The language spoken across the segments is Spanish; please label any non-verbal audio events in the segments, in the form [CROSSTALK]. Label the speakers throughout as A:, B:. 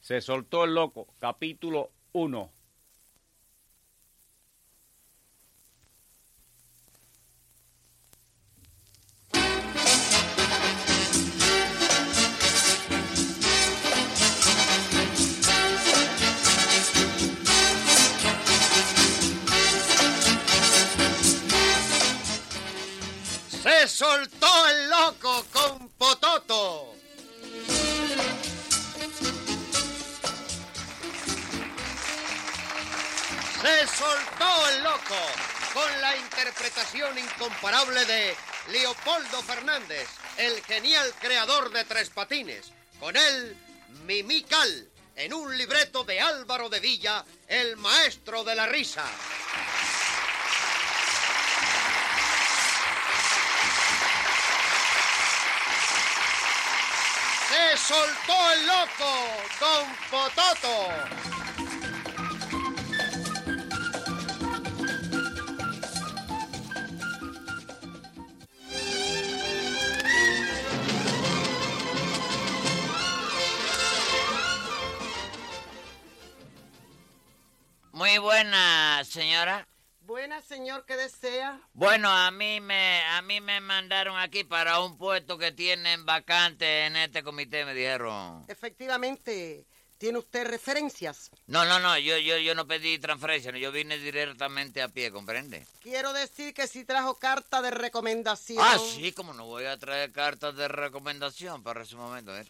A: Se soltó el loco, capítulo 1.
B: Se soltó el loco con Pototo. Se soltó el loco con la interpretación incomparable de Leopoldo Fernández, el genial creador de Tres Patines. Con él, Mimical, en un libreto de Álvaro de Villa, el maestro de la risa. Se soltó el loco con Pototo.
C: Muy buena, señora.
D: Buena, señor, ¿qué desea?
C: Bueno, a mí me a mí me mandaron aquí para un puesto que tienen vacante en este comité, me dijeron.
D: Efectivamente, ¿tiene usted referencias?
C: No, no, no, yo yo yo no pedí transferencia, no, yo vine directamente a pie, ¿comprende?
D: Quiero decir que sí trajo carta de recomendación.
C: Ah, sí, como no voy a traer cartas de recomendación para ese momento, mira.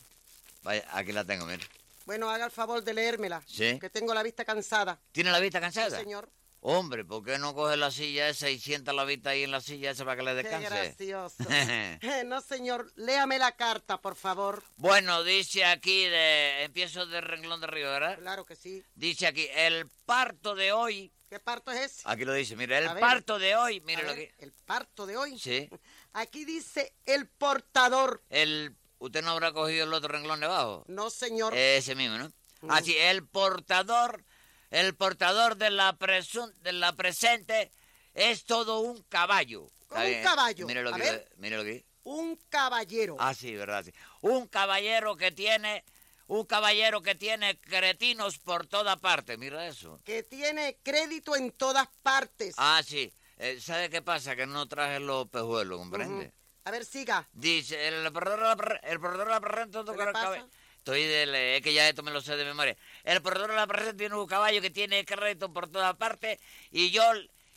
C: Vaya, aquí la tengo, mira.
D: Bueno, haga el favor de leérmela.
C: Sí.
D: Que tengo la vista cansada.
C: ¿Tiene la vista
D: Sí,
C: cansada?
D: señor.
C: Hombre, ¿por qué no coge la silla esa y sienta la vista ahí en la silla esa para que le
D: Qué
C: descanse? [LAUGHS]
D: gracioso. Eh, no, señor, léame la carta, por favor.
C: Bueno, dice aquí de empiezo de renglón de arriba, ¿verdad?
D: Claro que sí.
C: Dice aquí, el parto de hoy.
D: ¿Qué parto es ese?
C: Aquí lo dice, mira, el
D: A ver.
C: parto de hoy.
D: A
C: Mira Ah, lo
D: ver,
C: que.
D: El parto de hoy.
C: Sí.
D: Aquí dice el portador.
C: El, ¿Usted no habrá cogido el otro renglón de abajo?
D: No, señor.
C: Ese mismo, ¿no? Así, el portador, el portador de la, presun- de la presente es todo un caballo. Está
D: ¿Cómo un
C: bien.
D: caballo?
C: Mira lo
D: A
C: que.
D: ver.
C: Mira lo que.
D: Un caballero.
C: Ah, sí, verdad, sí. Un caballero que tiene. Un caballero que tiene cretinos por toda parte. Mira eso.
D: Que tiene crédito en todas partes.
C: Ah, sí. Eh, ¿Sabe qué pasa? Que no traje los pejuelos, ¿comprende?
D: A ver, siga.
C: Dice, el perdedor el perdedor de la perrenta tiene
D: ¿Qué
C: un
D: le
C: caballo.
D: pasa?
C: Estoy del, eh, es que ya esto me lo sé de memoria. El perdedor de la perrenta tiene un caballo que tiene crédito por todas partes y yo,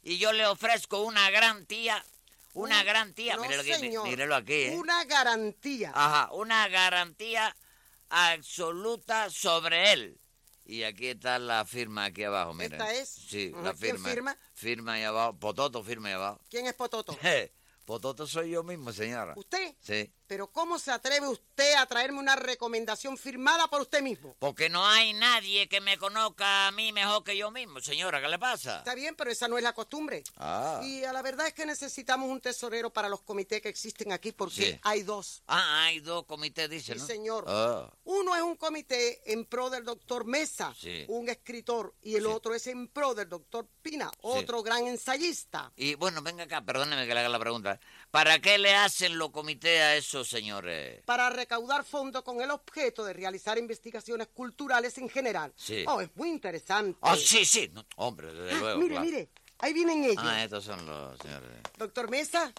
C: y yo le ofrezco una gran tía, una
D: Un-
C: gran tía,
D: no,
C: mírelo, aquí, mí-
D: señor.
C: mírelo aquí, ¿eh? Ah.
D: Una garantía.
C: Ajá, una garantía absoluta sobre él. Y aquí está la firma aquí abajo, mira.
D: ¿Esta es?
C: Sí,
D: Ujú,
C: la
D: ¿quién
C: firma.
D: firma?
C: Firma ahí abajo, Pototo firma ahí abajo.
D: ¿Quién
C: [LAUGHS]
D: es Pototo?
C: Pototo soy yo mismo, señora.
D: ¿Usted?
C: Sí.
D: Pero ¿cómo se atreve usted a traerme una recomendación firmada por usted mismo?
C: Porque no hay nadie que me conozca a mí mejor que yo mismo, señora, ¿qué le pasa?
D: Está bien, pero esa no es la costumbre.
C: Ah.
D: Y a la verdad es que necesitamos un tesorero para los comités que existen aquí porque
C: Sí.
D: hay dos.
C: Ah, hay dos comités, dice,
D: Sí,
C: ¿no?
D: señor.
C: Ah,
D: Uno es un comité en pro del doctor Mesa,
C: Sí.
D: un escritor, y el
C: Sí.
D: otro es en pro del doctor Pina, otro gran ensayista.
C: Y bueno, venga acá, perdóneme que le haga la pregunta. ¿Para qué le hacen los comités a esos señores?
D: para recaudar fondos con el objeto de realizar investigaciones culturales en general.
C: Sí.
D: Oh, es muy interesante.
C: Ah, sí, sí. no, hombre, desde
D: Eh. Ah,
C: luego.
D: mire,
C: claro.
D: mire, ahí vienen ellos.
C: Ah, estos son los señores.
D: Doctor Mesa,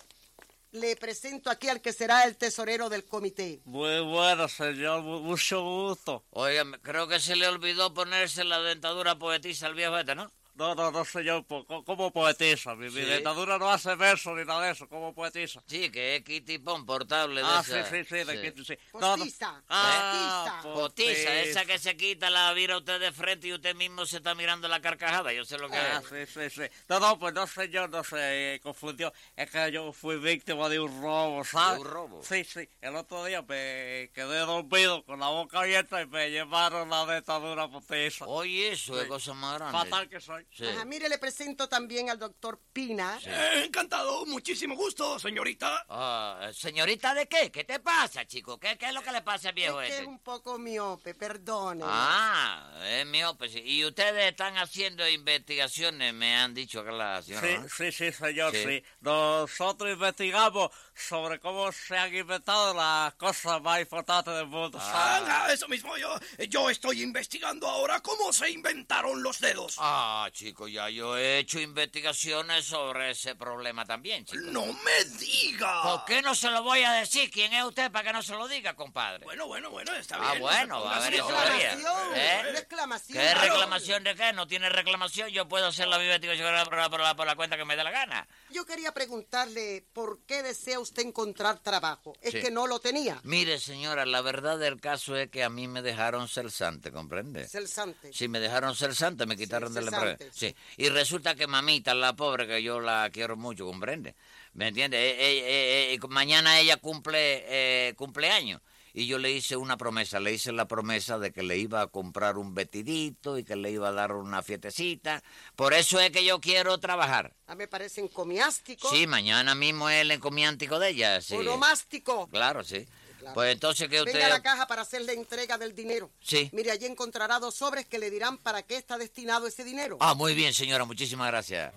D: le presento aquí al que será el tesorero del comité.
A: Muy bueno, señor, mu- mucho gusto.
C: Oiga, creo que se le olvidó ponerse la dentadura poetisa al viejo este, ¿no?
A: No, no, no, señor, po- co- como poetiza. Mi, mi
C: Sí.
A: dentadura no hace verso ni nada de eso, como poetiza.
C: Sí, que es Kitty Pon portable de
A: Ah, sí,
C: esa.
A: sí, sí, de
C: Sí.
A: que- sí. No, no.
D: Postiza,
A: Ah,
D: postiza.
C: Potiza, esa
A: potiza.
C: que se quita la vira usted de frente y usted mismo se está mirando la carcajada. Yo sé lo que
A: Ah,
C: es.
A: sí, sí, sí. No, no, pues no, señor, no se eh, confundió. Es que yo fui víctima de un robo, ¿sabes?
C: un robo?
A: Sí, sí. El otro día me quedé dormido con la boca abierta y me llevaron la dentadura potiza.
C: Oye, eso es cosa más grande.
A: Fatal que soy.
C: Sí.
D: Ajá, mire, le presento también al doctor Pina.
E: Eh, encantado, muchísimo gusto, señorita.
C: Ah, ¿Señorita de qué? ¿Qué te pasa, chico? ¿Qué, qué es lo que le pasa al
D: Es
C: viejo
D: que es
C: este?
D: un poco miope, perdone.
C: Ah, es miope. sí. Y ustedes están haciendo investigaciones, me han dicho acá la señora.
A: Sí,
C: ¿no?
A: sí, sí, señor,
C: Sí.
A: sí. Nosotros investigamos sobre cómo se han inventado las cosas más importantes del mundo. ¿sabe?
E: Ah, eso eso mismo yo, yo estoy investigando ahora cómo se inventaron los dedos.
C: Ah, chico, ya yo he hecho investigaciones sobre ese problema también, chico.
E: ¡No me diga!
C: ¿Por qué no se lo voy a decir? ¿Quién es usted para que no se lo diga, compadre?
E: Bueno, bueno, bueno, está
C: Ah,
E: bien.
C: bueno,
E: no se
C: va a
E: ponga
C: haber
E: así.
C: eso todavía.
D: Reclamación,
C: ¿Eh?
D: una exclamación.
C: ¿Qué reclamación de qué? ¿No tiene reclamación? Yo puedo hacer la investigación por la- por la, por la- por la cuenta que me dé la gana.
D: Yo quería preguntarle por qué desea usted encontrar trabajo. Es
C: Sí.
D: que no lo tenía.
C: Mire, señora, la verdad del caso es que a mí me dejaron celsante, ¿comprende?
D: Celsante.
C: Sí, me dejaron celsante, me quitaron del empleo.
D: cesante.
C: Sí, y resulta que mamita, la pobre, que yo la quiero mucho, ¿comprende? ¿Me entiende? Eh, eh, eh, eh, mañana ella cumple eh, cumpleaños. Y yo le hice una promesa, le hice la promesa de que le iba a comprar un vestidito y que le iba a dar una fiestecita. Por eso es que yo quiero trabajar.
D: Ah, me parece encomiástico.
C: Sí, mañana mismo es el encomiántico de ella. Sí.
D: Onomástico.
C: Claro, sí.
D: Claro.
C: Pues entonces que usted...
D: Venga a la caja para hacer la entrega del dinero.
C: Sí.
D: Mire, allí encontrará dos sobres que le dirán para qué está destinado ese dinero.
C: Ah, muy bien, señora, muchísimas gracias.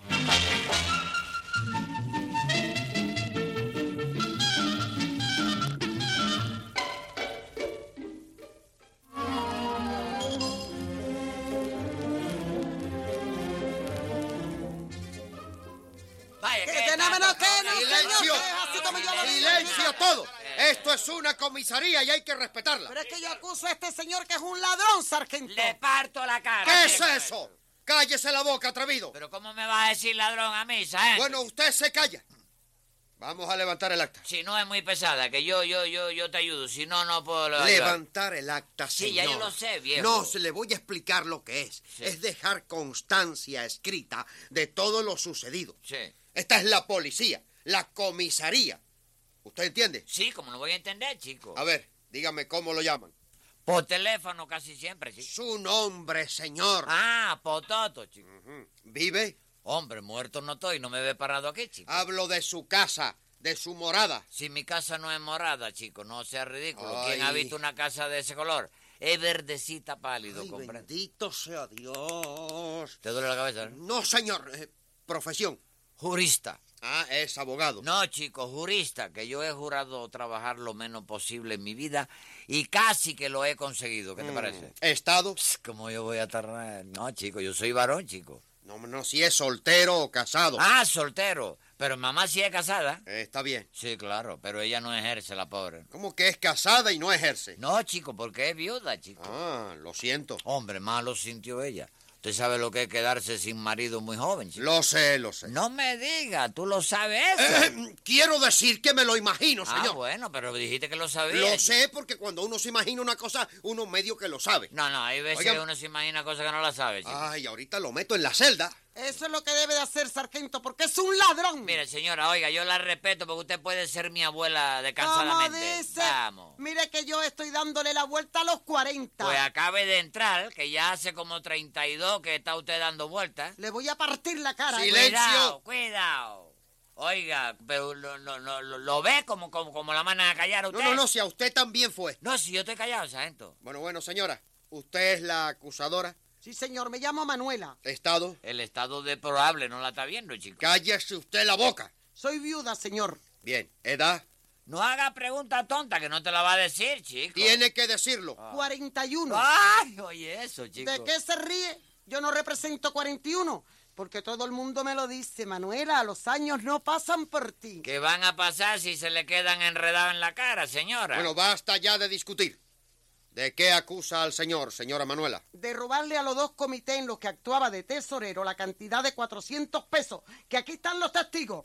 C: Vaya,
D: Que
C: ¿qué
D: que no,
C: tanto
D: no, que no,
C: problema?
B: ¡Silencio!
D: señor, es así como yo lo digo.
B: ¡Silencio todo! Esto es una comisaría y hay que respetarla.
D: Pero es que yo acuso a este señor que es un ladrón, sargento.
C: Le parto la cara.
B: ¿Qué es
C: chico.
B: eso? Cállese la boca, atrevido.
C: ¿Pero cómo me va a decir ladrón a eh? mí, sargento?
B: Bueno, usted se calla. Vamos a levantar el acta.
C: Si no es muy pesada, que yo, yo, yo, yo te ayudo. Si no, no puedo... ayudar.
B: Levantar el acta,
C: Sí, ya
B: señor.
C: yo lo sé, viejo.
B: No, se le voy a explicar lo que es.
C: Sí.
B: Es dejar constancia escrita de todo lo sucedido.
C: Sí.
B: Esta es la policía, la comisaría. ¿Usted entiende?
C: Sí, como no voy a entender, chico.
B: A ver, dígame cómo lo llaman.
C: Por teléfono casi siempre, chico.
B: Su nombre, señor.
C: Ah, pototo, chico.
B: Ujú. ¿Vive?
C: Hombre, muerto no estoy, no me ve parado aquí, chico.
B: Hablo de su casa, de su morada.
C: Si mi casa no es morada, chico, no sea ridículo.
B: Ay.
C: ¿Quién ha visto una casa de ese color? Es verdecita pálido,
B: Ay,
C: comprende.
B: bendito sea Dios.
C: ¿Te duele la cabeza? eh?
B: No, señor. Eh, profesión.
C: Jurista.
B: Ah, es abogado.
C: No, chico, jurista, que yo he jurado trabajar lo menos posible en mi vida y casi que lo he conseguido.
B: Mm.
C: ¿Qué te parece?
B: Estado.
C: Pss, ¿Cómo yo voy a tardar? No, chico, yo soy varón, chico.
B: No, no, si es soltero o casado.
C: Ah, soltero. Pero mamá sí es casada.
B: Eh, está bien.
C: Sí, claro, pero ella no ejerce, la pobre.
B: ¿Cómo que es casada y no ejerce?
C: No, chico, porque es viuda, chico.
B: Ah, lo siento.
C: Hombre, malo sintió ella. Usted sabe lo que es quedarse sin marido muy joven, chico.
B: Lo sé, lo sé.
C: No me diga, tú lo sabes. eso?
B: Eh, quiero decir que me lo imagino,
C: ah,
B: señor.
C: bueno, pero dijiste que lo sabías.
B: Lo sé porque cuando uno se imagina una cosa, uno medio que lo sabe.
C: No, no, hay veces
B: Oigan.
C: que uno se imagina cosas que no las sabe, chico.
B: Ay, ahorita lo meto en la celda.
D: Eso es lo que debe de hacer, sargento, porque es un ladrón.
C: Mire, señora, oiga, yo la respeto porque usted puede ser mi abuela
D: Como
C: descansadamente.
D: dice,
C: Vamos.
D: mire que yo estoy dándole la vuelta a los 40.
C: Pues acabe de entrar, que ya hace como 32 que está usted dando vueltas.
D: Le voy a partir la cara.
B: Sí,
D: ¿eh?
B: le-
C: Cuidado,
B: ¡Silencio!
C: cuidado. Oiga, pero lo, lo- lo- lo- lo ve como, como, como la van a callar a
B: No,
C: usted.
B: no, no, si a usted también fue.
C: No, si yo estoy callado, sargento.
B: Bueno, bueno, señora, usted es la acusadora.
D: Sí, señor, me llamo Manuela.
B: Estado.
C: El estado deplorable no la está viendo, chico.
B: Cállese usted la boca.
D: Soy viuda, señor.
B: Bien, edad.
C: No haga preguntas tontas que no te la va a decir, chico.
B: Tiene que decirlo.
C: Ah,
D: 41.
C: Ay, oye eso, chico.
D: ¿De qué se ríe? Yo no represento 41, porque todo el mundo me lo dice, Manuela, los años no pasan por ti.
C: ¿Qué van a pasar si se le quedan enredados en la cara, señora?
B: Bueno, basta ya de discutir. ¿De qué acusa al señor, señora Manuela?
D: De robarle a los dos comités en los que actuaba de tesorero la cantidad de 400 pesos, que aquí están los testigos.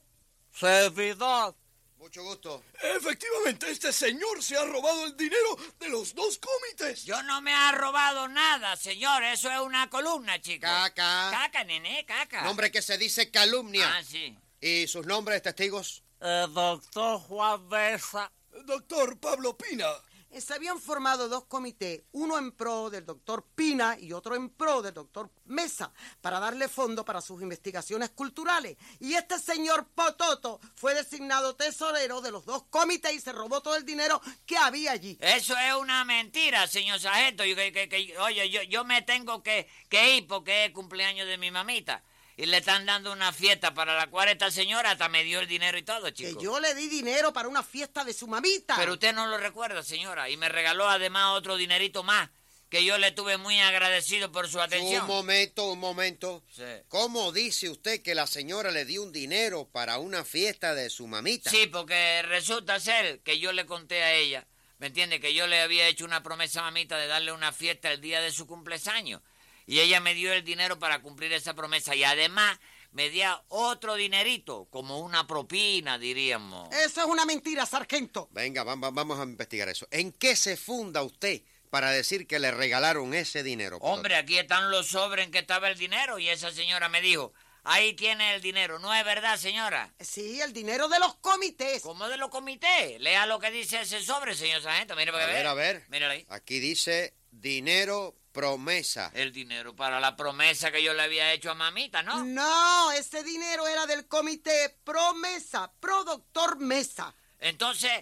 A: Servidor,
B: Mucho gusto.
E: Efectivamente, este señor se ha robado el dinero de los dos comités.
C: Yo no me ha robado nada, señor. Eso es una columna, chico.
B: Caca.
C: Caca, nené, caca.
B: Nombre que se dice calumnia.
C: Ah, sí.
B: ¿Y sus nombres, testigos?
A: el eh, doctor Juan Mesa,
E: Doctor Pablo Pina.
D: Eh, Se habían formado dos comités, uno en pro del doctor Pina y otro en pro del doctor Mesa, para darle fondo para sus investigaciones culturales. Y este señor Pototo fue designado tesorero de los dos comités y se robó todo el dinero que había allí.
C: Eso es una mentira, señor sargento. Yo- que- que- que- oye, yo, yo me tengo que, que ir porque es cumpleaños de mi mamita. Y y le están dando una fiesta para la cual esta señora hasta me dio el dinero y todo,
D: Que
C: chico.
D: yo le di dinero para una fiesta de su mamita.
C: Pero usted no lo recuerda, señora, y me regaló además otro dinerito más, que yo le estuve muy agradecido por su atención.
B: Un momento, un momento.
C: Sí.
B: ¿Cómo dice usted que la señora le dio un dinero para una fiesta de su mamita?
C: Sí, porque resulta ser que yo le conté a ella, ¿me entiende? Que yo le había hecho una promesa a mamita de darle una fiesta el día de su cumpleaños. Y ella me dio el dinero para cumplir esa promesa. Y además me dio otro dinerito, como una propina, diríamos.
B: Eh.
D: Eso es una mentira, sargento.
B: Venga, vam- vam- vamos a investigar eso. ¿En qué se funda usted para decir que le regalaron ese dinero? Patoto?
C: Hombre, aquí están los sobres en que estaba el dinero. Y esa señora me dijo, ahí tiene el dinero. ¿No es verdad, señora?
D: Sí, el dinero de los comités.
C: Como de los comités. Lea lo que dice ese sobre, señor sargento. Mire, para
B: A
C: que
B: ver,
C: vea.
B: a ver.
C: Míralo ahí.
B: Aquí dice dinero promesa.
C: El dinero para la promesa que yo le había hecho a mamita, ¿no?
B: Mm.
D: No, ese dinero era del comité Promesa, Productor Mesa.
C: Entonces,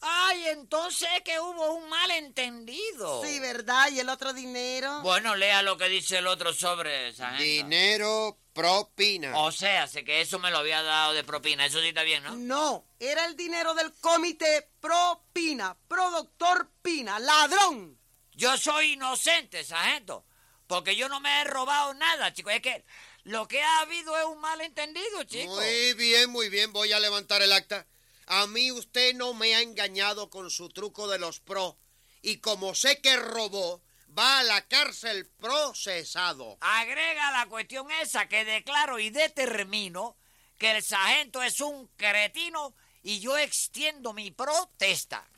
C: ay, entonces es que hubo un malentendido.
D: Sí, ¿verdad? ¿Y el otro dinero?
C: Bueno, lea lo que dice el otro sobre, sargento.
B: Dinero propina.
C: O sea, sé que eso me lo había dado de propina. Eso sí está bien,
B: Mm.
C: ¿no?
D: No, era el dinero del comité Propina, Productor Pina, ladrón.
C: Yo soy inocente, sargento. Porque yo no me he robado nada, chico. Es que lo que ha habido es un malentendido, chico.
B: Muy bien, muy bien, voy a levantar el acta. A mí usted no me ha engañado con su truco de los pro. Y como sé que robó, va a la cárcel procesado.
C: Agrega la cuestión esa que declaro y determino que el sargento es un cretino y yo extiendo mi protesta.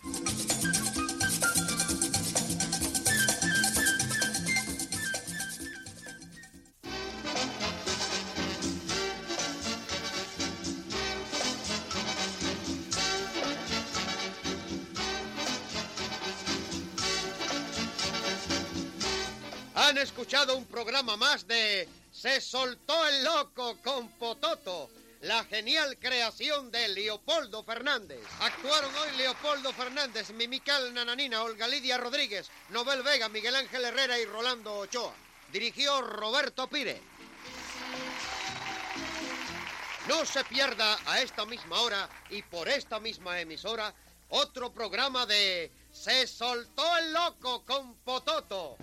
B: Han escuchado un programa más de Se soltó el loco con Pototo, la genial creación de Leopoldo Fernández. Actuaron hoy Leopoldo Fernández, Mimical Nananina, Olga Lidia Rodríguez, Nobel Vega, Miguel Ángel Herrera y Rolando Ochoa. Dirigió Roberto Pire. No se pierda a esta misma hora y por esta misma emisora otro programa de Se soltó el loco con Pototo.